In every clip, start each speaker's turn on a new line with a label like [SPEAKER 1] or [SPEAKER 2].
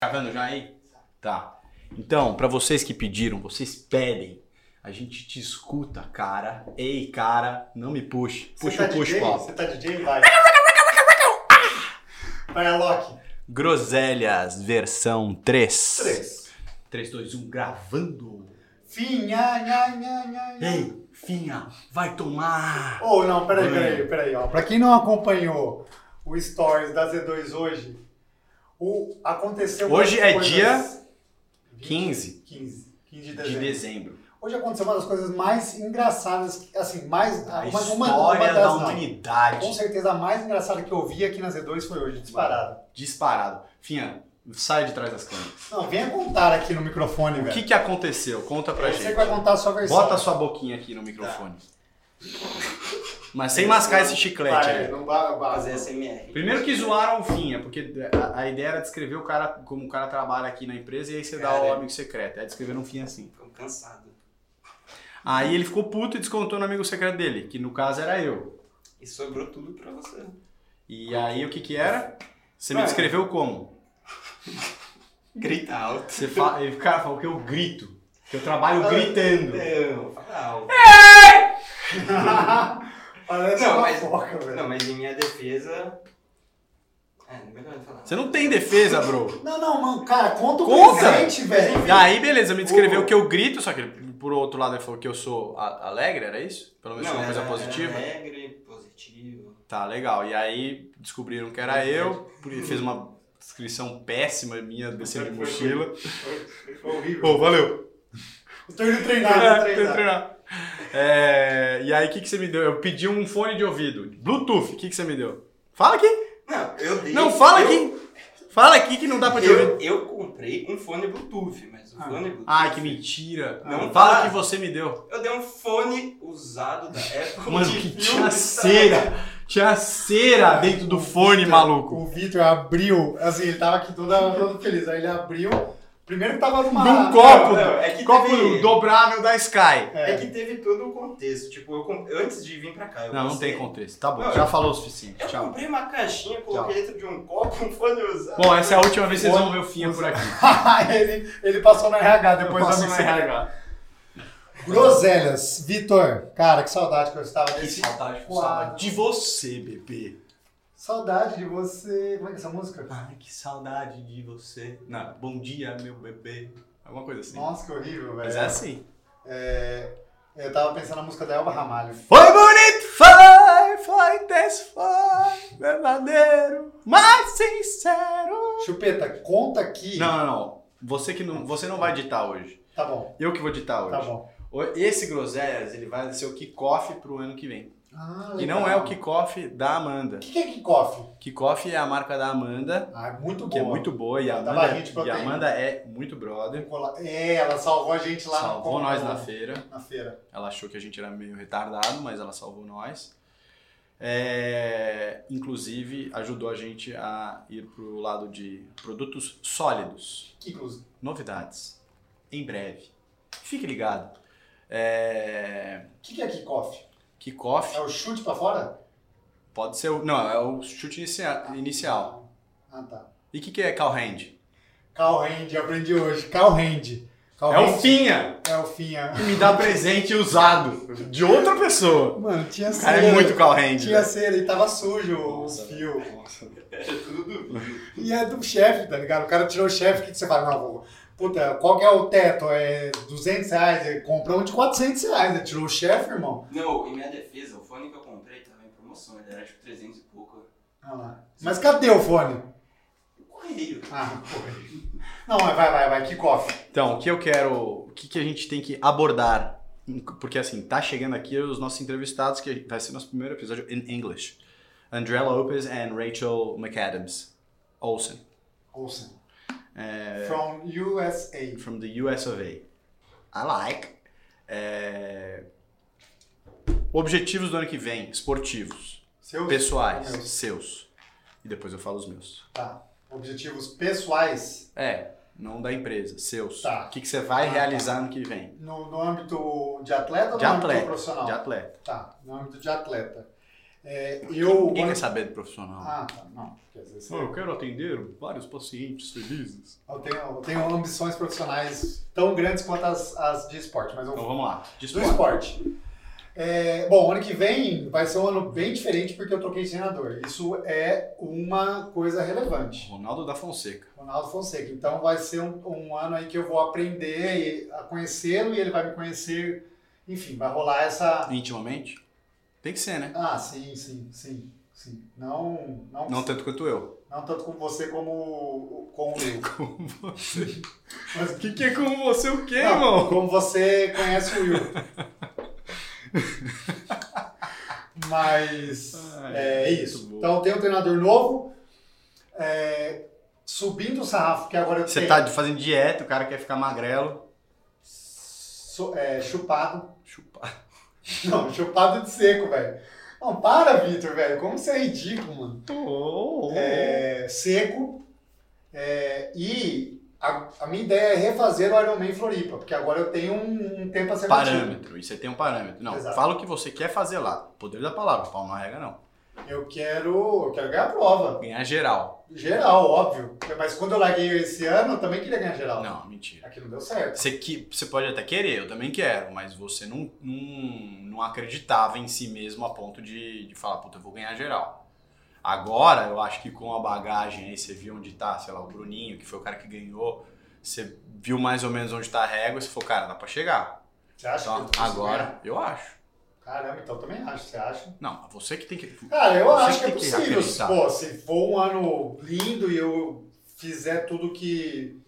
[SPEAKER 1] Tá vendo já aí? Tá. Então, pra vocês que pediram, vocês pedem. A gente te escuta, cara. Ei, cara, não me puxe.
[SPEAKER 2] Você
[SPEAKER 1] Puxa,
[SPEAKER 2] tá
[SPEAKER 1] puxa o
[SPEAKER 2] DJ?
[SPEAKER 1] papo.
[SPEAKER 2] Você tá DJ? Vai. Ah! Vai, Alok.
[SPEAKER 1] Groselhas, versão 3.
[SPEAKER 2] Três.
[SPEAKER 1] 3, 2, 1, gravando.
[SPEAKER 2] Fim, nha, nha, nha, nha, nha.
[SPEAKER 1] Ei, Finha, vai tomar.
[SPEAKER 2] Ou não, peraí,
[SPEAKER 1] Hum.
[SPEAKER 2] peraí, peraí. Ó. Pra quem não acompanhou o Stories da Z2 hoje, o, aconteceu...
[SPEAKER 1] Hoje
[SPEAKER 2] umas
[SPEAKER 1] é
[SPEAKER 2] coisas-
[SPEAKER 1] dia 15.
[SPEAKER 2] 15. 15. 15 de
[SPEAKER 1] De
[SPEAKER 2] dezembro.
[SPEAKER 1] dezembro.
[SPEAKER 2] Hoje aconteceu uma das coisas mais engraçadas, assim, mais...
[SPEAKER 1] A
[SPEAKER 2] uma,
[SPEAKER 1] história
[SPEAKER 2] uma, uma das,
[SPEAKER 1] da
[SPEAKER 2] não.
[SPEAKER 1] humanidade.
[SPEAKER 2] Com certeza a mais engraçada que eu vi aqui na Z2 foi hoje, disparada.
[SPEAKER 1] Disparado. Finha, sai de trás das câmeras.
[SPEAKER 2] Não, venha contar aqui no microfone,
[SPEAKER 1] O
[SPEAKER 2] velho.
[SPEAKER 1] que, que aconteceu? Conta pra
[SPEAKER 2] É
[SPEAKER 1] gente.
[SPEAKER 2] Você que vai contar a sua versão.
[SPEAKER 1] Bota sua boquinha aqui no microfone. Mas sem mascar esse chiclete.
[SPEAKER 2] Vai, assim.
[SPEAKER 1] aí.
[SPEAKER 2] não ba- ba-
[SPEAKER 3] fazer SMR.
[SPEAKER 1] Primeiro que zoaram o Finha, porque a, a ideia era descrever o cara como o cara trabalha aqui na empresa e aí você dá
[SPEAKER 3] Cara,
[SPEAKER 1] o
[SPEAKER 3] é.
[SPEAKER 1] amigo secreto. É descrever um Finha assim.
[SPEAKER 3] Ficou cansado.
[SPEAKER 1] Aí ele ficou puto e descontou no amigo secreto dele, que no caso era eu.
[SPEAKER 3] E sobrou tudo pra você.
[SPEAKER 1] E aí o que que era? Você me
[SPEAKER 3] Ué.
[SPEAKER 1] descreveu como?
[SPEAKER 3] Grita alto.
[SPEAKER 1] Você fa... ele- O cara falou que eu grito. Que eu trabalho
[SPEAKER 2] Ah,
[SPEAKER 1] gritando.
[SPEAKER 3] Não, fala alto.
[SPEAKER 2] Parece
[SPEAKER 3] Não,
[SPEAKER 2] uma
[SPEAKER 3] mas-
[SPEAKER 2] foca, velho.
[SPEAKER 3] Não, mas em minha defesa. É, melhor não falar.
[SPEAKER 1] Você não tem defesa, bro.
[SPEAKER 2] Não, não, mano, cara, conta o
[SPEAKER 1] Conta!
[SPEAKER 2] presente, velho.
[SPEAKER 1] Daí, beleza, me descreveu
[SPEAKER 2] O-
[SPEAKER 1] que eu grito, só que ele, por outro lado ele falou que eu sou a- alegre, era isso? Pelo menos
[SPEAKER 3] não,
[SPEAKER 1] uma coisa
[SPEAKER 3] era-
[SPEAKER 1] positiva.
[SPEAKER 3] Era alegre, positivo.
[SPEAKER 1] Tá, legal. E aí descobriram que era eu, por- fez uma descrição péssima minha descendo de mochila.
[SPEAKER 2] Foi- foi horrível.
[SPEAKER 1] Pô, valeu.
[SPEAKER 2] O treino
[SPEAKER 1] É,
[SPEAKER 2] treinado,
[SPEAKER 1] tem que
[SPEAKER 2] treinado.
[SPEAKER 1] treinar. É, e aí, o que, que você me deu? Eu pedi um fone de ouvido, Bluetooth. O que, que você me deu? Fala aqui.
[SPEAKER 3] Não, eu dei.
[SPEAKER 1] Não, fala
[SPEAKER 3] eu-
[SPEAKER 1] aqui. Fala aqui que não dá pra te ouvir.
[SPEAKER 3] Eu, eu comprei um fone Bluetooth, mas o
[SPEAKER 2] Ah.
[SPEAKER 3] fone Bluetooth.
[SPEAKER 1] Ai, que mentira.
[SPEAKER 3] Não
[SPEAKER 1] fala
[SPEAKER 3] fala.
[SPEAKER 1] que você me deu.
[SPEAKER 3] Eu dei um fone usado da Apple.
[SPEAKER 1] Mano,
[SPEAKER 3] de
[SPEAKER 1] que
[SPEAKER 3] fio,
[SPEAKER 1] tinha
[SPEAKER 3] sabe?
[SPEAKER 1] cera. Tinha cera Tá dentro do fone, maluco.
[SPEAKER 2] O Vitor abriu, assim, ele tava aqui todo, todo feliz. Aí ele abriu. Primeiro que tava numa.
[SPEAKER 1] Num
[SPEAKER 3] Não,
[SPEAKER 1] copo.
[SPEAKER 3] não, é que
[SPEAKER 1] Copo
[SPEAKER 3] teve-
[SPEAKER 1] dobrável da Sky.
[SPEAKER 2] É.
[SPEAKER 3] É que teve todo o contexto. Tipo, eu com- antes de vir pra cá. Eu
[SPEAKER 1] Não, É, não
[SPEAKER 3] pensei-
[SPEAKER 1] tem contexto. Tá bom,
[SPEAKER 3] Não,
[SPEAKER 1] já
[SPEAKER 3] eu-
[SPEAKER 1] falou o suficiente.
[SPEAKER 3] Eu
[SPEAKER 1] Tchau.
[SPEAKER 3] comprei uma caixinha, coloquei dentro de um copo, um fone usado.
[SPEAKER 1] Bom, essa é a última vez que vocês vão ver o Finha por aqui.
[SPEAKER 2] ele, ele passou no RH depois da
[SPEAKER 1] Depois
[SPEAKER 2] mixagem.
[SPEAKER 1] RH.
[SPEAKER 2] Groselhas, Vitor. Cara, que saudade que eu estava desse.
[SPEAKER 3] saudade,
[SPEAKER 2] quadro.
[SPEAKER 1] De você, bebê.
[SPEAKER 2] Saudade de você. Como é que é essa música?
[SPEAKER 1] Ai, que saudade de você. Não, bom dia, meu bebê. Alguma coisa assim.
[SPEAKER 2] Nossa, que horrível, velho.
[SPEAKER 1] Mas é assim.
[SPEAKER 2] É, eu tava pensando na música da Elba Ramalho.
[SPEAKER 1] Foi bonito, foi, foi, desse foi, verdadeiro, mas sincero.
[SPEAKER 2] Chupeta, conta aqui.
[SPEAKER 1] Não, não, não. Você que não, você não vai ditar hoje.
[SPEAKER 2] Tá bom,
[SPEAKER 1] Eu que vou ditar hoje.
[SPEAKER 2] tá bom.
[SPEAKER 1] O- Esse Groselhas, ele vai ser o kickoff pro ano que vem.
[SPEAKER 2] Ah,
[SPEAKER 1] E
[SPEAKER 2] legal.
[SPEAKER 1] não é o kickoff da Amanda.
[SPEAKER 2] O que, que é kickoff?
[SPEAKER 1] Kickoff é a marca da Amanda.
[SPEAKER 2] Ah, é muito bom.
[SPEAKER 1] que é muito boa e a,
[SPEAKER 2] Da
[SPEAKER 1] Amanda,
[SPEAKER 2] barrinha de
[SPEAKER 1] e a
[SPEAKER 2] proteína.
[SPEAKER 1] Amanda é muito brother.
[SPEAKER 2] É, ela salvou a gente lá
[SPEAKER 1] salvou
[SPEAKER 2] no né?
[SPEAKER 1] nós na feira.
[SPEAKER 2] na feira.
[SPEAKER 1] Ela achou que a gente era meio retardado, mas ela salvou nós. É, inclusive ajudou a gente a ir pro lado de produtos sólidos,
[SPEAKER 2] Que inclusive.
[SPEAKER 1] novidades, em breve. Fique ligado. É,
[SPEAKER 2] O que, que é kickoff? É
[SPEAKER 1] kickoff
[SPEAKER 2] o chute pra fora?
[SPEAKER 1] pode ser o, não é o chute inicia- inicial.
[SPEAKER 2] Ah, tá.
[SPEAKER 1] E o que, que é call hand?
[SPEAKER 2] Cal hand, eu aprendi hoje. Cal hand. Cal
[SPEAKER 1] É o
[SPEAKER 2] hand
[SPEAKER 1] finha
[SPEAKER 2] É o fim. é.
[SPEAKER 1] que me dá presente usado de outra pessoa.
[SPEAKER 2] Mano, tinha
[SPEAKER 1] O
[SPEAKER 2] cera.
[SPEAKER 1] cara é muito call hand.
[SPEAKER 2] Tinha assim.
[SPEAKER 1] né?
[SPEAKER 2] cera e tava sujo o fio. E é do chefe, tá ligado? O cara tirou o chefe, o que, que você vai Não, vou- Puta, qual que é o teto? É 200 reais? Ele compra um de 400 reais. Ele tirou o chefe, irmão.
[SPEAKER 3] Não, em minha defesa, o fone que eu comprei tava em promoção, ele era tipo 300 e pouco.
[SPEAKER 2] Ah lá. Mas cadê o fone?
[SPEAKER 3] O correio.
[SPEAKER 2] Ah, pô. Não, mas vai, vai, vai. Que cofre.
[SPEAKER 1] Então, o que eu quero. O que, que a gente tem que abordar? Porque assim, tá chegando aqui os nossos entrevistados, que vai ser nosso primeiro episódio in English. Andrea Lopez and Rachel McAdams Olsen,
[SPEAKER 2] Olsen.
[SPEAKER 1] É.
[SPEAKER 2] From USA.
[SPEAKER 1] from the US of A. I like. É, Objetivos do ano que vem, esportivos,
[SPEAKER 2] Seus?
[SPEAKER 1] pessoais,
[SPEAKER 2] Meus.
[SPEAKER 1] seus. E depois eu falo os meus.
[SPEAKER 2] Tá. Objetivos pessoais
[SPEAKER 1] É, não da empresa, seus.
[SPEAKER 2] Tá.
[SPEAKER 1] O que, que você vai
[SPEAKER 2] Ah,
[SPEAKER 1] realizar ano que vem?
[SPEAKER 2] no, no âmbito de atleta ou
[SPEAKER 1] De
[SPEAKER 2] no
[SPEAKER 1] atleta,
[SPEAKER 2] âmbito então, profissional?
[SPEAKER 1] De atleta.
[SPEAKER 2] Tá, no âmbito de atleta. É, eu.
[SPEAKER 1] Ninguém quer saber do profissional.
[SPEAKER 2] Ah, tá. Não. Quer dizer, você-
[SPEAKER 1] Não, eu quero atender vários pacientes felizes.
[SPEAKER 2] eu, tenho, eu tenho ambições profissionais tão grandes quanto as, as de esporte, mas eu
[SPEAKER 1] Então vamos lá. De
[SPEAKER 2] do
[SPEAKER 1] esporte.
[SPEAKER 2] esporte. É, bom, ano que vem vai ser um ano bem diferente porque eu troquei de treinador. Isso é uma coisa relevante.
[SPEAKER 1] Ronaldo da Fonseca.
[SPEAKER 2] Ronaldo Fonseca. Então vai ser um, um ano aí que eu vou aprender e- a conhecê-lo e ele vai me conhecer. Enfim, vai rolar essa.
[SPEAKER 1] Intimamente? Tem que ser, né?
[SPEAKER 2] Ah, sim, sim, sim, sim. Não, não,
[SPEAKER 1] Não
[SPEAKER 2] não,
[SPEAKER 1] tanto quanto eu.
[SPEAKER 2] tanto com você como com o Will.
[SPEAKER 1] Com você.
[SPEAKER 2] Mas
[SPEAKER 1] O que, que é com você o quê,
[SPEAKER 2] Não,
[SPEAKER 1] irmão?
[SPEAKER 2] Como você conhece o Will. Mas
[SPEAKER 1] Ai,
[SPEAKER 2] é
[SPEAKER 1] muito
[SPEAKER 2] isso.
[SPEAKER 1] bom.
[SPEAKER 2] Então tem um treinador novo. é, subindo o sarrafo, que agora eu
[SPEAKER 1] Você
[SPEAKER 2] tenho
[SPEAKER 1] tá fazendo dieta, o cara quer ficar magrelo.
[SPEAKER 2] su- é, chupado.
[SPEAKER 1] Chupar.
[SPEAKER 2] Não, chupado de seco, velho. Não, para, Vitor, velho. Como você é ridículo, mano. é, seco. é, e a, a minha ideia é refazer o Ironman Floripa, porque agora eu tenho um, um tempo a ser batido.
[SPEAKER 1] Parâmetro. E você tem um parâmetro. Não,
[SPEAKER 2] Exato.
[SPEAKER 1] fala o que você quer fazer lá. Poder da palavra. Pau não regra, não.
[SPEAKER 2] Eu quero, eu quero ganhar a prova.
[SPEAKER 1] Ganhar geral.
[SPEAKER 2] Geral, óbvio. Mas quando eu larguei esse ano, eu também queria ganhar geral.
[SPEAKER 1] Não, mentira.
[SPEAKER 2] Aqui não deu certo.
[SPEAKER 1] Você, que, você pode até querer, eu também quero, mas você não, não, não acreditava em si mesmo a ponto de, de falar, puta, eu vou ganhar geral. Agora, eu acho que com a bagagem aí, você viu onde tá, sei lá, o Bruninho, que foi o cara que ganhou, você viu mais ou menos onde tá a régua, você falou, cara, dá pra chegar.
[SPEAKER 2] Você acha que eu
[SPEAKER 1] Então,
[SPEAKER 2] preciso ganhar?
[SPEAKER 1] agora, eu acho.
[SPEAKER 2] Caramba, então eu também acho, você acha?
[SPEAKER 1] Não, você que tem que...
[SPEAKER 2] Cara, eu
[SPEAKER 1] Você
[SPEAKER 2] acho que é
[SPEAKER 1] tem que
[SPEAKER 2] possível.
[SPEAKER 1] acreditar.
[SPEAKER 2] Pô, se for um ano lindo e eu fizer tudo que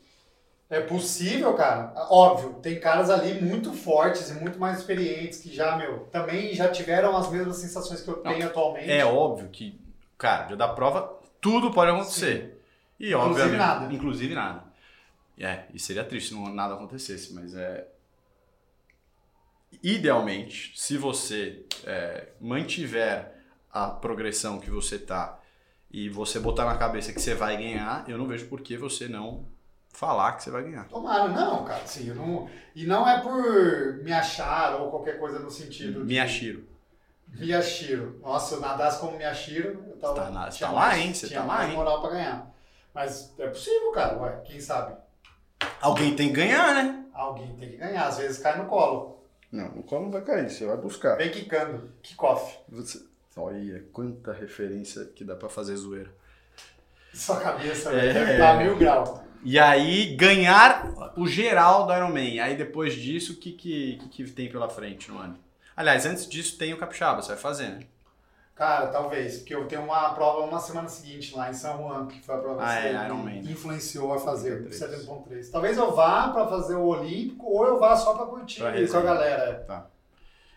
[SPEAKER 2] é possível, cara, óbvio, tem caras ali muito fortes e muito mais experientes que já, meu, também já tiveram as mesmas sensações que eu tenho atualmente.
[SPEAKER 1] É óbvio que, cara, dia da prova, tudo pode acontecer. E,
[SPEAKER 2] Inclusive
[SPEAKER 1] obviamente,
[SPEAKER 2] nada.
[SPEAKER 1] Inclusive nada. E É, e seria triste se não, nada acontecesse, mas é. Idealmente, se você é, mantiver a progressão que você tá e você botar na cabeça que você vai ganhar, eu não vejo por que você não falar que você vai ganhar.
[SPEAKER 2] Tomara, não, cara, sim, eu não. E não é por me achar ou qualquer coisa no sentido de.
[SPEAKER 1] Miyashiro.
[SPEAKER 2] Miyashiro. Nossa, se eu nadasse como Miyashiro, eu tava.
[SPEAKER 1] Você tá na- você
[SPEAKER 2] tinha
[SPEAKER 1] tá lá,
[SPEAKER 2] mais-
[SPEAKER 1] hein? Você
[SPEAKER 2] tinha
[SPEAKER 1] tá lá,
[SPEAKER 2] mais
[SPEAKER 1] hein?
[SPEAKER 2] moral pra ganhar. Mas é possível, cara, ué, quem sabe?
[SPEAKER 1] Alguém tem que ganhar, né?
[SPEAKER 2] Alguém tem que ganhar, às vezes cai no colo.
[SPEAKER 1] Não, o colo não vai cair, você vai buscar.
[SPEAKER 2] Vem quicando, kickoff.
[SPEAKER 1] Você... Olha, quanta referência que dá pra fazer zoeira.
[SPEAKER 2] Sua cabeça
[SPEAKER 1] É.
[SPEAKER 2] velho, deve estar mil graus.
[SPEAKER 1] E aí, ganhar o geral do Iron Man. Aí, depois disso, o que, que, que, que tem pela frente no ano? Aliás, antes disso, tem o Capixaba, você vai fazer, né?
[SPEAKER 2] Cara, talvez, porque eu tenho uma prova uma semana seguinte lá em São Juan, que foi a prova
[SPEAKER 1] Ah,
[SPEAKER 2] que
[SPEAKER 1] é,
[SPEAKER 2] você
[SPEAKER 1] Iron
[SPEAKER 2] me
[SPEAKER 1] Man, né?
[SPEAKER 2] influenciou a fazer é
[SPEAKER 1] 7.3.
[SPEAKER 2] 7.3. Talvez eu vá pra fazer o Olímpico ou eu vá só pra curtir
[SPEAKER 1] Pra
[SPEAKER 2] com a
[SPEAKER 1] resenha.
[SPEAKER 2] galera.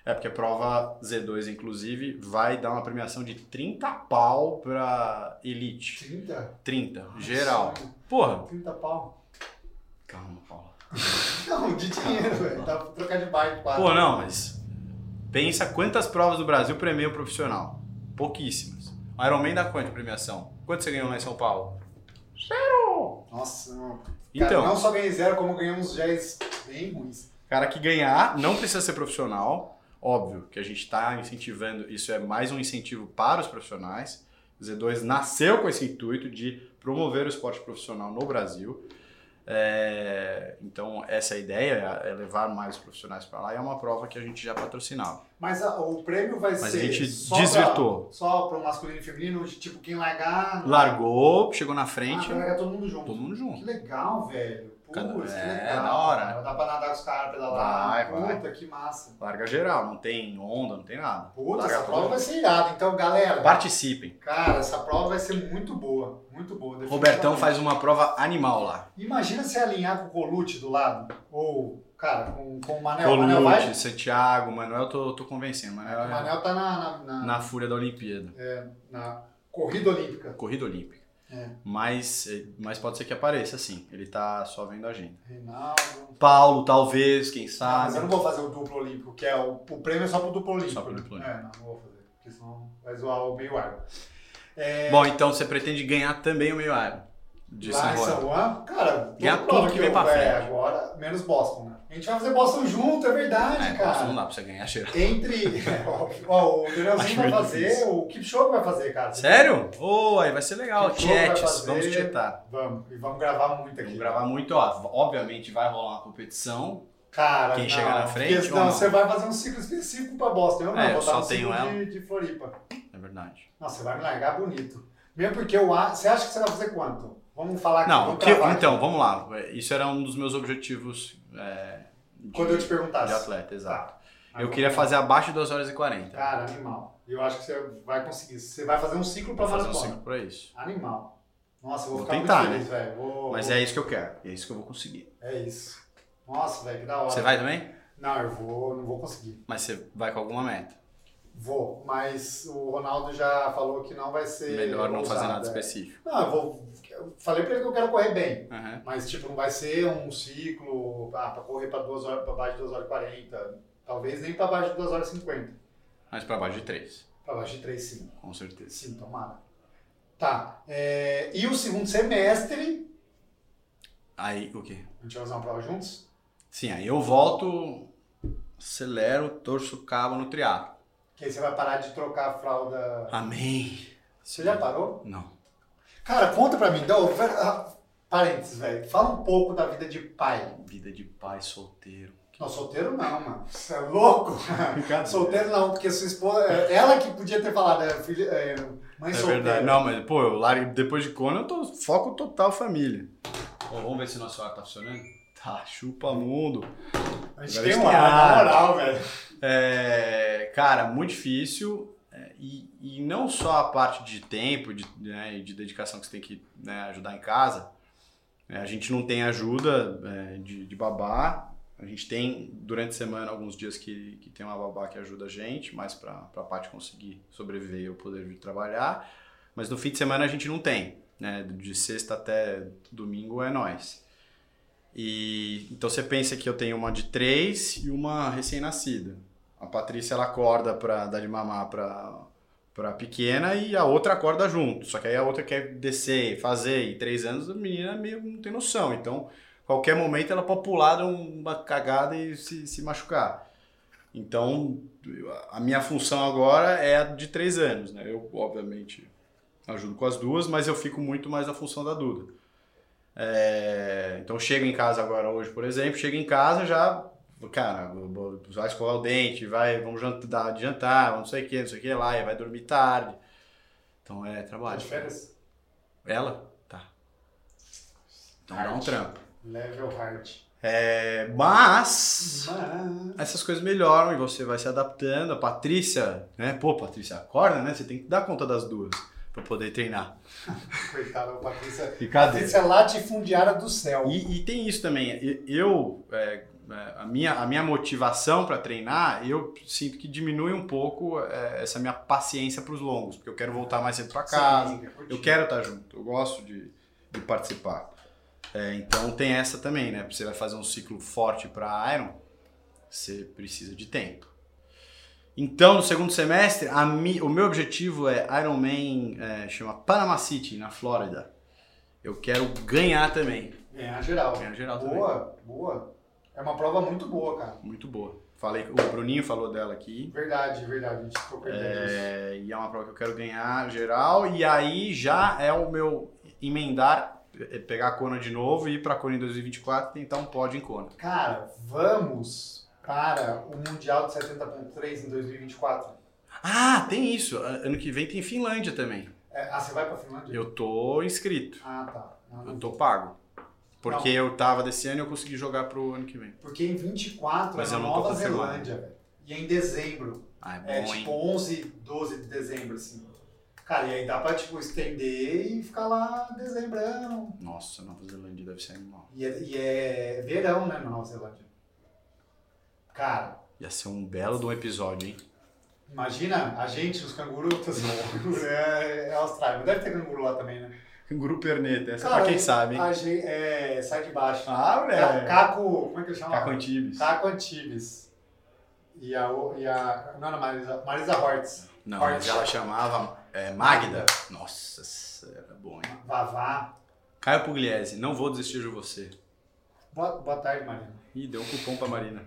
[SPEAKER 1] É, porque a prova Z2, inclusive, vai dar uma premiação de 30 pau pra Elite.
[SPEAKER 2] 30?
[SPEAKER 1] 30, geral. Porra.
[SPEAKER 2] 30 pau.
[SPEAKER 1] Calma, Paula.
[SPEAKER 2] Não, de dinheiro, velho. Dá pra trocar de bike quase.
[SPEAKER 1] Pô, não, mas pensa quantas provas do Brasil premiam o profissional. Pouquíssimas. O Iron Man dá quanto de premiação? Quanto você ganhou lá em São Paulo?
[SPEAKER 2] Nossa, não. Cara,
[SPEAKER 1] Então,
[SPEAKER 2] não só ganhei zero, como ganhei uns géis bem ruins.
[SPEAKER 1] cara que ganhar não precisa ser profissional. Óbvio que a gente está incentivando, isso é mais um incentivo para os profissionais. O Z2 nasceu com esse intuito de promover o esporte profissional no Brasil. É, então, essa ideia é levar mais profissionais para lá e é uma prova que a gente já patrocinava.
[SPEAKER 2] Mas a- o prêmio vai
[SPEAKER 1] Mas a
[SPEAKER 2] ser.
[SPEAKER 1] gente
[SPEAKER 2] só
[SPEAKER 1] desvirtuou.
[SPEAKER 2] Pra, só pro masculino e feminino, de, tipo, quem largar.
[SPEAKER 1] Largou, chegou na
[SPEAKER 2] Ah,
[SPEAKER 1] frente,
[SPEAKER 2] vai largar todo mundo junto.
[SPEAKER 1] todo mundo
[SPEAKER 2] Que
[SPEAKER 1] junto.
[SPEAKER 2] legal, velho.
[SPEAKER 1] Cada-
[SPEAKER 2] Putz,
[SPEAKER 1] é,
[SPEAKER 2] que legal.
[SPEAKER 1] da hora.
[SPEAKER 2] cara. Dá pra nadar com os caras pedalar.
[SPEAKER 1] Vai, vai.
[SPEAKER 2] Puta, que massa.
[SPEAKER 1] Larga geral, não tem onda, não tem nada.
[SPEAKER 2] Puta,
[SPEAKER 1] Larga
[SPEAKER 2] essa
[SPEAKER 1] todo
[SPEAKER 2] prova
[SPEAKER 1] mundo.
[SPEAKER 2] vai ser irada. Então, galera.
[SPEAKER 1] Participem.
[SPEAKER 2] Cara, essa prova vai ser muito boa. Muito boa.
[SPEAKER 1] Robertão
[SPEAKER 2] definitivamente.
[SPEAKER 1] faz uma prova animal lá.
[SPEAKER 2] Imagina se alinhar com o Colucci do lado. Ou, cara, com, com o Manel. O Manel vai.
[SPEAKER 1] Colucci, Santiago, Manuel, tô, tô convencendo. Manuel
[SPEAKER 2] O
[SPEAKER 1] é-
[SPEAKER 2] Manel tá É. na, na, na-
[SPEAKER 1] na fúria da Olimpíada,
[SPEAKER 2] na corrida olímpica.
[SPEAKER 1] corrida olímpica.
[SPEAKER 2] É.
[SPEAKER 1] Mas, eh, mas pode ser que apareça, sim. Ele tá só vendo a agenda.
[SPEAKER 2] Reinaldo.
[SPEAKER 1] Paulo, talvez, quem
[SPEAKER 2] Ah, mas
[SPEAKER 1] sabe.
[SPEAKER 2] eu não vou fazer o duplo olímpico, que é o, o prêmio é só pro duplo olímpico.
[SPEAKER 1] né? pro
[SPEAKER 2] né?
[SPEAKER 1] duplo
[SPEAKER 2] É, não, não vou fazer, porque senão vai zoar o meio água.
[SPEAKER 1] Bom, então você pretende ganhar também o meio Iron. de
[SPEAKER 2] lá
[SPEAKER 1] São
[SPEAKER 2] em
[SPEAKER 1] Paulo.
[SPEAKER 2] São Juan, cara,
[SPEAKER 1] Ganhar tudo
[SPEAKER 2] toda prova
[SPEAKER 1] que vem pra
[SPEAKER 2] houver
[SPEAKER 1] frente.
[SPEAKER 2] agora, menos Boston, né? A gente vai fazer Boston junto, é verdade,
[SPEAKER 1] É,
[SPEAKER 2] cara.
[SPEAKER 1] Boston não dá pra você ganhar cheiro.
[SPEAKER 2] Entre. É, óbvio. Ó, o
[SPEAKER 1] Acho
[SPEAKER 2] Danielzinho vai
[SPEAKER 1] muito
[SPEAKER 2] fazer,
[SPEAKER 1] difícil.
[SPEAKER 2] o Kipchoge vai fazer, cara.
[SPEAKER 1] Sério? Ô, aí vai ser legal.
[SPEAKER 2] Que jogo vai
[SPEAKER 1] Chats,
[SPEAKER 2] fazer?
[SPEAKER 1] vamos chetar.
[SPEAKER 2] Vamos, e vamos gravar muito aqui.
[SPEAKER 1] Vamos gravar muito, ó. Obviamente vai rolar uma competição.
[SPEAKER 2] Cara,
[SPEAKER 1] Quem
[SPEAKER 2] não,
[SPEAKER 1] chega na frente
[SPEAKER 2] porque
[SPEAKER 1] ou
[SPEAKER 2] senão
[SPEAKER 1] não?
[SPEAKER 2] você vai fazer um ciclo específico pra Boston. Eu não,
[SPEAKER 1] É, eu
[SPEAKER 2] vou
[SPEAKER 1] só
[SPEAKER 2] dar um ciclo
[SPEAKER 1] tenho
[SPEAKER 2] de, de Floripa.
[SPEAKER 1] É verdade.
[SPEAKER 2] Nossa, você vai me largar bonito. Mesmo porque eu acho. Você acha que você vai fazer quanto? Vamos falar aqui.
[SPEAKER 1] Não,
[SPEAKER 2] vamos
[SPEAKER 1] que-
[SPEAKER 2] gravar né? aqui.
[SPEAKER 1] então, vamos lá. Isso era um dos meus objetivos. é, de,
[SPEAKER 2] Quando eu te perguntasse.
[SPEAKER 1] de atleta, exato.
[SPEAKER 2] Tá.
[SPEAKER 1] Eu queria fazer abaixo de 2 horas e 40.
[SPEAKER 2] Cara, animal. E Eu acho que você vai conseguir. Você vai fazer um ciclo pra
[SPEAKER 1] Vou fazer um
[SPEAKER 2] maratona.
[SPEAKER 1] ciclo pra isso.
[SPEAKER 2] Animal. Nossa, eu vou,
[SPEAKER 1] Vou
[SPEAKER 2] ficar
[SPEAKER 1] tentar, né?
[SPEAKER 2] muito feliz, velho. Vou-
[SPEAKER 1] Mas é isso que eu quero. E é isso que eu vou conseguir.
[SPEAKER 2] É isso. Nossa, velho, que da hora.
[SPEAKER 1] Você vai também?
[SPEAKER 2] Não, eu vou, não vou conseguir.
[SPEAKER 1] Mas você vai com alguma meta.
[SPEAKER 2] Vou, mas o Ronaldo já falou que não vai ser.
[SPEAKER 1] Melhor não fazer
[SPEAKER 2] ousado,
[SPEAKER 1] nada
[SPEAKER 2] é.
[SPEAKER 1] específico.
[SPEAKER 2] Não, eu vou. eu falei pra ele que eu quero correr bem.
[SPEAKER 1] Aham.
[SPEAKER 2] Mas, tipo, não vai ser um ciclo ah, pra correr pra, duas horas, pra baixo de 2 horas e 40. Talvez nem pra baixo de 2 horas e 50.
[SPEAKER 1] Mas pra baixo de 3,
[SPEAKER 2] Pra baixo de 3, sim.
[SPEAKER 1] com certeza.
[SPEAKER 2] Sim, tomara. Tá. é, e o segundo semestre.
[SPEAKER 1] Aí, o quê?
[SPEAKER 2] A gente vai fazer uma prova juntos?
[SPEAKER 1] Sim, aí eu volto, acelero, torço o cabo no triatlo.
[SPEAKER 2] Que aí você vai parar de trocar a fralda.
[SPEAKER 1] Amém.
[SPEAKER 2] Você já tá- parou?
[SPEAKER 1] Não.
[SPEAKER 2] Cara, conta pra mim, então, ver- ah, parênteses, velho. Fala um pouco da vida de pai.
[SPEAKER 1] Vida de pai solteiro.
[SPEAKER 2] Não, solteiro não, mano. Você é louco? É solteiro não, porque sua esposa. é, Ela que podia ter falado, é, filha, é, mãe
[SPEAKER 1] É
[SPEAKER 2] solteira.
[SPEAKER 1] verdade. Não, mas, pô, eu largo, depois de Conan, eu tô foco total família. Ó, vamos ver se nosso ar tá funcionando? Tá, chupa mundo.
[SPEAKER 2] A gente
[SPEAKER 1] Agora
[SPEAKER 2] tem
[SPEAKER 1] eles
[SPEAKER 2] uma
[SPEAKER 1] têm
[SPEAKER 2] na
[SPEAKER 1] ar.
[SPEAKER 2] moral, velho.
[SPEAKER 1] É, cara, muito difícil. é, E, e não só a parte de tempo de, né, e de dedicação que você tem que né, ajudar em casa. É, a gente não tem ajuda é, de, de babá. A gente tem, durante a semana, alguns dias que, que tem uma babá que ajuda a gente, mas para a parte conseguir sobreviver e eu poder vir trabalhar. Mas no fim de semana a gente não tem. Né? De sexta até domingo é nós. E, então você pensa que eu tenho uma de três e uma recém-nascida. A Patrícia ela acorda pra dar de mamar pra, pra pequena e a outra acorda junto. Só que aí a outra quer descer, fazer. E três anos a menina meio não tem noção. Então, qualquer momento ela pode pular de um, uma cagada e se, se machucar. Então, a minha função agora é a de três anos, né? Eu, obviamente, ajudo com as duas, mas eu fico muito mais na função da Duda. É, então, eu chego em casa agora hoje, por exemplo, chego em casa já cara, vai escovar o dente, vai, vamos jantar, dar- jantar, vamos não sei o que, não sei o que lá, e vai dormir tarde. Então é
[SPEAKER 2] Tá
[SPEAKER 1] trabalho.
[SPEAKER 2] de férias?
[SPEAKER 1] Ela? Tá. Então dá um trampo.
[SPEAKER 2] Level hard.
[SPEAKER 1] É, mas
[SPEAKER 2] Mas...
[SPEAKER 1] essas coisas melhoram e você vai se adaptando. A Patrícia, né? Pô, Patrícia, acorda, né? Você tem que dar conta das duas pra poder treinar.
[SPEAKER 2] Coitada, a Patrícia.
[SPEAKER 1] E cadê?
[SPEAKER 2] Patrícia é latifundiária do céu.
[SPEAKER 1] E, e tem isso também. e- Eu, é, é, a, minha, a minha motivação para treinar, eu sinto que diminui um pouco é, essa minha paciência para os longos, porque eu quero voltar mais cedo para casa.
[SPEAKER 2] Sim, é curti.
[SPEAKER 1] Eu quero estar junto, eu gosto de, de participar. É, então tem essa também, né? Você vai fazer um ciclo forte para Iron, você precisa de tempo. Então, no segundo semestre, a mi- o meu objetivo é Ironman, é, chama Panama City, na Flórida. Eu quero ganhar também.
[SPEAKER 2] Ganhar É, geral.
[SPEAKER 1] Ganhar geral também.
[SPEAKER 2] Boa, boa. É uma prova muito boa, cara.
[SPEAKER 1] Muito boa. Falei, o Bruninho falou dela aqui.
[SPEAKER 2] Verdade, verdade. A gente ficou perdendo isso.
[SPEAKER 1] É, e é uma prova que eu quero ganhar geral. E aí já é o meu emendar, é pegar a Kona de novo e ir pra Kona em 2024 e tentar um pódio em Kona.
[SPEAKER 2] Cara, vamos para o Mundial de 70.3 em 2024.
[SPEAKER 1] Ah, tem isso. A- Ano que vem tem Finlândia também.
[SPEAKER 2] É, ah, você vai pra Finlândia?
[SPEAKER 1] Eu tô inscrito.
[SPEAKER 2] Ah, tá. Não,
[SPEAKER 1] Eu
[SPEAKER 2] não.
[SPEAKER 1] tô pago. Porque eu tava desse ano e eu consegui jogar pro ano que vem.
[SPEAKER 2] Porque em 24
[SPEAKER 1] Mas
[SPEAKER 2] é
[SPEAKER 1] eu
[SPEAKER 2] na
[SPEAKER 1] não tô
[SPEAKER 2] Nova
[SPEAKER 1] confirmado.
[SPEAKER 2] Zelândia, velho. E é em dezembro.
[SPEAKER 1] Ah, é
[SPEAKER 2] É
[SPEAKER 1] bom,
[SPEAKER 2] tipo
[SPEAKER 1] hein?
[SPEAKER 2] 11, 12 de dezembro, assim. Cara, e aí dá pra, tipo, estender e ficar lá dezembrão.
[SPEAKER 1] Nossa, Nova Zelândia deve ser animal.
[SPEAKER 2] E é, e é verão, né, na Nova Zelândia. Cara,
[SPEAKER 1] Ia ser um belo de um episódio, hein?
[SPEAKER 2] imagina a gente, os cangurus. É, é Austrália. Deve ter canguru lá também, né?
[SPEAKER 1] Grupo Perneta, essa
[SPEAKER 2] Cara,
[SPEAKER 1] pra quem sabe, hein?
[SPEAKER 2] A gente, é, sai de baixo.
[SPEAKER 1] Ah,
[SPEAKER 2] Ca- Caco, como é que ele chama?
[SPEAKER 1] Caco Antibes.
[SPEAKER 2] Caco Antibes. E a, o- e a, não era Marisa, Marisa Hortz.
[SPEAKER 1] Não,
[SPEAKER 2] Forte.
[SPEAKER 1] mas ela chamava é, Magda. Nossa, era bom, hein?
[SPEAKER 2] Vavá.
[SPEAKER 1] Caio Pugliese, não vou desistir de você.
[SPEAKER 2] Boa, boa tarde, Marina.
[SPEAKER 1] Ih, deu um cupom pra Marina.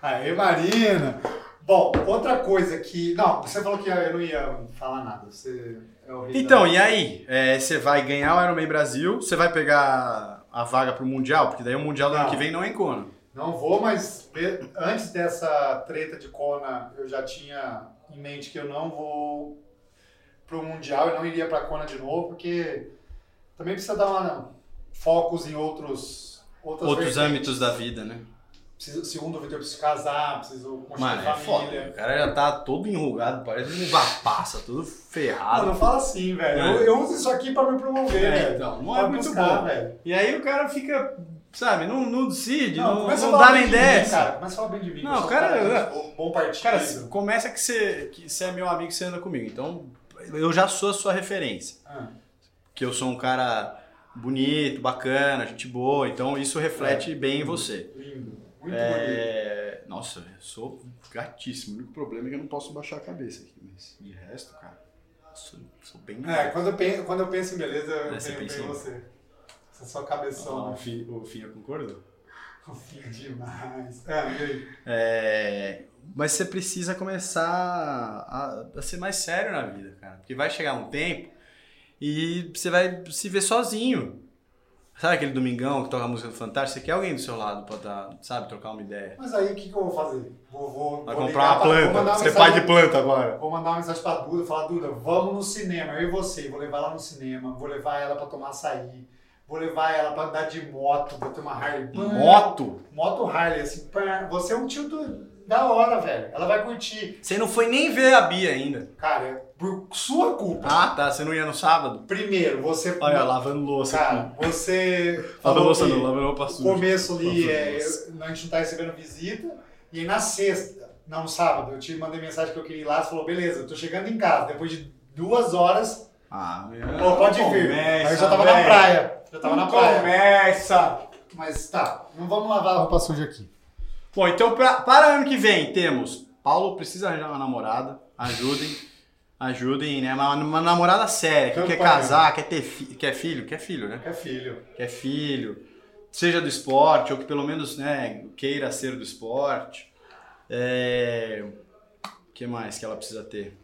[SPEAKER 2] Aê, Marina! Bom, outra coisa que. Não, você falou que eu não ia falar nada. Você é o rei da-
[SPEAKER 1] Então, e aí? É, Você vai ganhar o Ironman Brasil, você vai pegar a vaga pro Mundial, porque daí o Mundial do ano
[SPEAKER 2] Não.
[SPEAKER 1] que vem não é em Kona.
[SPEAKER 2] Não vou, mas pre- antes dessa treta de Kona, eu já tinha em mente que eu não vou pro Mundial, eu não iria pra Kona de novo, porque também precisa dar uma focos em outros outras
[SPEAKER 1] Outros
[SPEAKER 2] vertentes.
[SPEAKER 1] âmbitos da vida, né?
[SPEAKER 2] Preciso, segundo o Vitor, eu preciso casar, preciso construir
[SPEAKER 1] Mano, é
[SPEAKER 2] família.
[SPEAKER 1] foda. O cara já tá todo enrugado, parece um vapaça, todo
[SPEAKER 2] Mano,
[SPEAKER 1] ferrado.
[SPEAKER 2] não fala assim, velho.
[SPEAKER 1] É.
[SPEAKER 2] Eu, eu uso isso aqui pra me promover,
[SPEAKER 1] É,
[SPEAKER 2] velho.
[SPEAKER 1] então, não é
[SPEAKER 2] Pra
[SPEAKER 1] muito
[SPEAKER 2] buscar,
[SPEAKER 1] bom.
[SPEAKER 2] velho.
[SPEAKER 1] E aí o cara fica, sabe, não, não decide, não, não,
[SPEAKER 2] começa a falar
[SPEAKER 1] dá
[SPEAKER 2] bem
[SPEAKER 1] nem
[SPEAKER 2] de mim,
[SPEAKER 1] dessa.
[SPEAKER 2] Cara, começa a falar bem de mim.
[SPEAKER 1] Não,
[SPEAKER 2] eu sou um
[SPEAKER 1] cara,
[SPEAKER 2] bom- bom partido.
[SPEAKER 1] Cara, começa que você que você é meu amigo e você anda comigo. Então, eu já sou a sua referência.
[SPEAKER 2] Ah.
[SPEAKER 1] que eu sou um cara bonito, bacana, gente boa, então isso reflete bem em você.
[SPEAKER 2] Lindo. É. Muito bonito.
[SPEAKER 1] É, Nossa, eu sou gatíssimo. O único problema é que eu não posso baixar a cabeça aqui, mas de resto, cara, eu sou, sou bem.
[SPEAKER 2] É, quando eu penso, quando eu penso em beleza, eu
[SPEAKER 1] É, você
[SPEAKER 2] penso
[SPEAKER 1] pensa
[SPEAKER 2] em
[SPEAKER 1] em-
[SPEAKER 2] você. Você é só
[SPEAKER 1] Ah,
[SPEAKER 2] cabeção.
[SPEAKER 1] o
[SPEAKER 2] né?
[SPEAKER 1] Fi- o Finha concordou.
[SPEAKER 2] Fofinho demais. É, e aí?
[SPEAKER 1] É, mas você precisa começar a, a ser mais sério na vida, cara. Porque vai chegar um tempo e você vai se ver sozinho. Sabe aquele domingão que toca a música do Fantástico? Você quer alguém do seu lado pra, dar, sabe, trocar uma ideia.
[SPEAKER 2] Mas aí, o que, que eu vou fazer? Vou, vou,
[SPEAKER 1] Vai comprar
[SPEAKER 2] vou ligar
[SPEAKER 1] uma
[SPEAKER 2] pra- vou
[SPEAKER 1] planta.
[SPEAKER 2] mandar
[SPEAKER 1] Você é
[SPEAKER 2] mensagem-
[SPEAKER 1] pai de planta agora.
[SPEAKER 2] Vou mandar uma mensagem pra Duda, falar, Duda, vamos no cinema, eu e você. Vou levar ela no cinema, vou levar ela pra tomar açaí, vou levar ela pra andar de moto, vou ter uma Harley. Pá,
[SPEAKER 1] Moto?
[SPEAKER 2] Moto Harley, assim, pá. você é um tio do- da hora, velho. Ela vai curtir.
[SPEAKER 1] Você não foi nem ver a Bia ainda.
[SPEAKER 2] Cara, é por sua culpa.
[SPEAKER 1] Ah, tá. Você não ia no sábado?
[SPEAKER 2] Primeiro, você.
[SPEAKER 1] Olha, lavando louça.
[SPEAKER 2] Cara, você.
[SPEAKER 1] lavando
[SPEAKER 2] falou
[SPEAKER 1] louça
[SPEAKER 2] que-
[SPEAKER 1] não, lavando roupa
[SPEAKER 2] No
[SPEAKER 1] suja.
[SPEAKER 2] começo ali,
[SPEAKER 1] Nossa,
[SPEAKER 2] é,
[SPEAKER 1] nossa.
[SPEAKER 2] eu- a gente não tá recebendo visita. E aí na sexta, não, no sábado, eu te mandei mensagem que eu queria ir lá. Você falou, beleza, eu tô chegando em casa. Depois de duas horas,
[SPEAKER 1] Ah, meu.
[SPEAKER 2] falou, pode vir.
[SPEAKER 1] Começa,
[SPEAKER 2] Aí eu já tava na
[SPEAKER 1] velho.
[SPEAKER 2] praia. Já tava na praia.
[SPEAKER 1] Começa!
[SPEAKER 2] Mas tá, não vamos lavar a roupa suja aqui.
[SPEAKER 1] Bom, então pra, para ano que vem temos Paulo precisa arranjar uma namorada. Ajudem. Ajudem, né? Uma, uma namorada séria, que quer
[SPEAKER 2] Campanha.
[SPEAKER 1] casar, quer ter fi, quer filho, quer filho, né?
[SPEAKER 2] É filho.
[SPEAKER 1] que é filho, seja do esporte, ou que pelo menos né, queira ser do esporte. É... O que mais que ela precisa ter?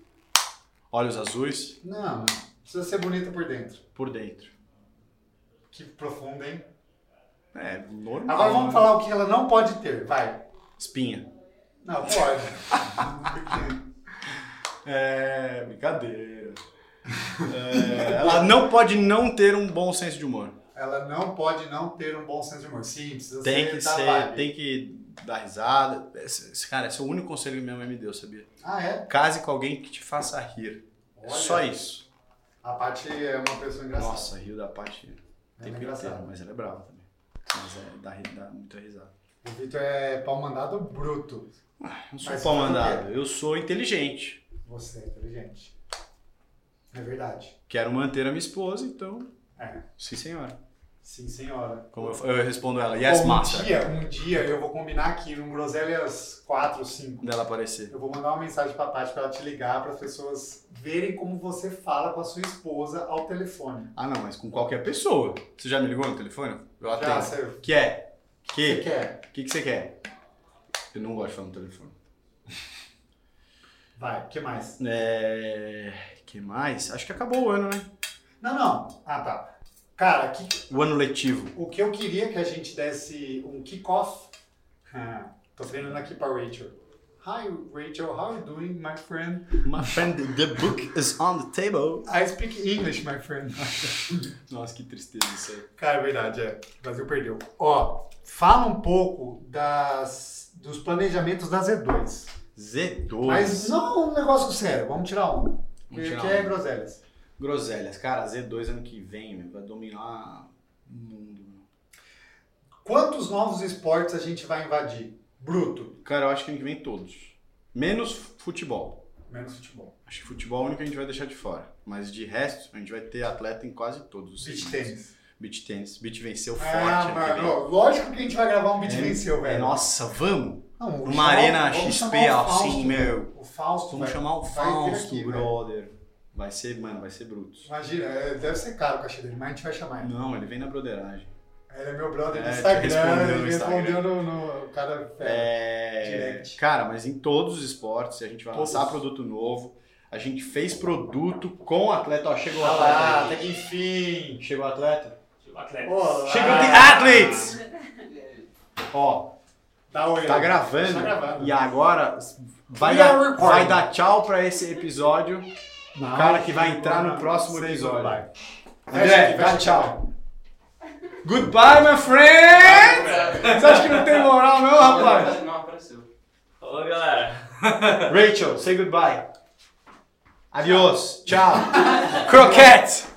[SPEAKER 1] Olhos azuis
[SPEAKER 2] Não, não. precisa ser bonita por dentro.
[SPEAKER 1] por dentro.
[SPEAKER 2] Que profundo, hein?
[SPEAKER 1] É, normal.
[SPEAKER 2] Agora vamos
[SPEAKER 1] né?
[SPEAKER 2] falar o que ela não pode ter, vai.
[SPEAKER 1] Espinha.
[SPEAKER 2] Não, pode.
[SPEAKER 1] É, brincadeira. É, ela não pode não ter um bom senso de humor.
[SPEAKER 2] ela não pode não ter um bom senso de humor. Sim, precisa
[SPEAKER 1] Tem
[SPEAKER 2] ser
[SPEAKER 1] que
[SPEAKER 2] da
[SPEAKER 1] ser,
[SPEAKER 2] vibe.
[SPEAKER 1] tem que dar risada. Esse, esse- cara, esse é o único conselho que minha mãe me deu, sabia?
[SPEAKER 2] Ah, é?
[SPEAKER 1] Case com alguém que te faça rir. É Só isso.
[SPEAKER 2] A Paty é uma pessoa engraçada.
[SPEAKER 1] Nossa, Rio da Paty.
[SPEAKER 2] Ela é
[SPEAKER 1] Tem que
[SPEAKER 2] engraçada.
[SPEAKER 1] mas ela é brava também. Mas é, dá, ri- dá muita risada.
[SPEAKER 2] O Vitor é pau mandado bruto.
[SPEAKER 1] Eu não sou
[SPEAKER 2] Mas
[SPEAKER 1] pau
[SPEAKER 2] por quê?
[SPEAKER 1] mandado, eu sou inteligente.
[SPEAKER 2] Você é inteligente. É verdade.
[SPEAKER 1] Quero manter a minha esposa, então.
[SPEAKER 2] É.
[SPEAKER 1] Sim, senhora.
[SPEAKER 2] Sim, senhora.
[SPEAKER 1] Como eu, eu respondo ela, yes,
[SPEAKER 2] Bom, um
[SPEAKER 1] master.
[SPEAKER 2] dia, um dia eu vou combinar um aqui num Groselhas 4 ou 5.
[SPEAKER 1] Dela aparecer.
[SPEAKER 2] Eu vou mandar uma mensagem pra Paty pra ela te ligar, para as pessoas verem como você fala com a sua esposa ao telefone.
[SPEAKER 1] Ah, não, mas com qualquer pessoa. Você já me ligou no telefone? Eu
[SPEAKER 2] Já,
[SPEAKER 1] atendo.
[SPEAKER 2] você,
[SPEAKER 1] Que é?
[SPEAKER 2] você
[SPEAKER 1] Que?
[SPEAKER 2] quer?
[SPEAKER 1] Que que você quer? Eu não gosto de falar no telefone.
[SPEAKER 2] Vai, o que mais?
[SPEAKER 1] É. Que mais? Acho que acabou o ano, né?
[SPEAKER 2] Não, não. Ah, tá. Cara, que,
[SPEAKER 1] O ano letivo.
[SPEAKER 2] o que eu queria que a gente desse um kickoff. Ah, tô treinando aqui pra Rachel. Hi, Rachel, how are you doing, my friend?
[SPEAKER 1] My friend, the book is on the table.
[SPEAKER 2] I speak English, my friend.
[SPEAKER 1] Nossa, que tristeza isso aí.
[SPEAKER 2] Cara, é verdade, é. O Brasil perdeu. Ó, fala um pouco das, dos planejamentos da Z2.
[SPEAKER 1] Z2.
[SPEAKER 2] Mas não um negócio sério, vamos tirar um.
[SPEAKER 1] Vamos
[SPEAKER 2] Porque
[SPEAKER 1] tirar
[SPEAKER 2] que é
[SPEAKER 1] um.
[SPEAKER 2] groselhas.
[SPEAKER 1] Groselhas, cara, Z2 ano que vem, meu, vai dominar o mundo. meu.
[SPEAKER 2] Quantos novos esportes a gente vai invadir? Bruto,
[SPEAKER 1] Cara, eu acho que ano que vem todos. Menos futebol.
[SPEAKER 2] menos futebol.
[SPEAKER 1] Acho que futebol é o único que a gente vai deixar de fora. Mas de resto, a gente vai ter atleta em quase todos os
[SPEAKER 2] Beach
[SPEAKER 1] segmentos.
[SPEAKER 2] tênis.
[SPEAKER 1] Beach tênis. Beach venceu forte.
[SPEAKER 2] Ah,
[SPEAKER 1] ano que vem.
[SPEAKER 2] mano, ó, lógico que a gente vai gravar um beat
[SPEAKER 1] É,
[SPEAKER 2] venceu, velho.
[SPEAKER 1] Nossa, vamos!
[SPEAKER 2] Não, vamos
[SPEAKER 1] Uma
[SPEAKER 2] chamar-
[SPEAKER 1] arena
[SPEAKER 2] vamos
[SPEAKER 1] XP
[SPEAKER 2] chamar o Fausto,
[SPEAKER 1] assim, meu.
[SPEAKER 2] O Fausto,
[SPEAKER 1] Vamos
[SPEAKER 2] velho.
[SPEAKER 1] chamar o
[SPEAKER 2] Vai vir
[SPEAKER 1] Fausto,
[SPEAKER 2] aqui,
[SPEAKER 1] brother. Vai ser, mano, vai ser bruto.
[SPEAKER 2] Imagina, é, deve ser caro o cachê dele, mas a gente vai chamar ele.
[SPEAKER 1] Não, ele vem na broderagem.
[SPEAKER 2] Ele é meu brother do
[SPEAKER 1] É, te
[SPEAKER 2] Instagram,
[SPEAKER 1] respondeu no
[SPEAKER 2] ele
[SPEAKER 1] Instagram.
[SPEAKER 2] respondeu no, no- o cara. É.
[SPEAKER 1] É,
[SPEAKER 2] direct.
[SPEAKER 1] Cara, mas em todos os esportes, a gente vai
[SPEAKER 2] Todos.
[SPEAKER 1] lançar produto novo. A gente fez produto com o atleta. Ó, chegou o
[SPEAKER 2] Ah
[SPEAKER 1] atleta.
[SPEAKER 2] lá,
[SPEAKER 1] aí.
[SPEAKER 2] até que enfim.
[SPEAKER 1] Chegou o atleta.
[SPEAKER 4] Atleta.
[SPEAKER 2] Olá.
[SPEAKER 1] Chegou de athletes! Ó,
[SPEAKER 2] Dá oi.
[SPEAKER 1] tá gravando.
[SPEAKER 2] Tá gravando.
[SPEAKER 1] E agora vai
[SPEAKER 2] We are
[SPEAKER 1] dar,
[SPEAKER 2] recording.
[SPEAKER 1] vai dar tchau pra esse episódio.
[SPEAKER 2] Não,
[SPEAKER 1] o cara que vai entrar no
[SPEAKER 2] não,
[SPEAKER 1] próximo
[SPEAKER 2] sei,
[SPEAKER 1] episódio.
[SPEAKER 2] vai. Fecha
[SPEAKER 1] André,
[SPEAKER 2] aqui, fecha
[SPEAKER 1] dá
[SPEAKER 2] aqui.
[SPEAKER 1] tchau. Goodbye, my friend! Você acha que não tem moral, não, rapaz?
[SPEAKER 3] Não apareceu.
[SPEAKER 4] Falou, galera.
[SPEAKER 1] Rachel, say goodbye. Adiós. Tchau. Croquete.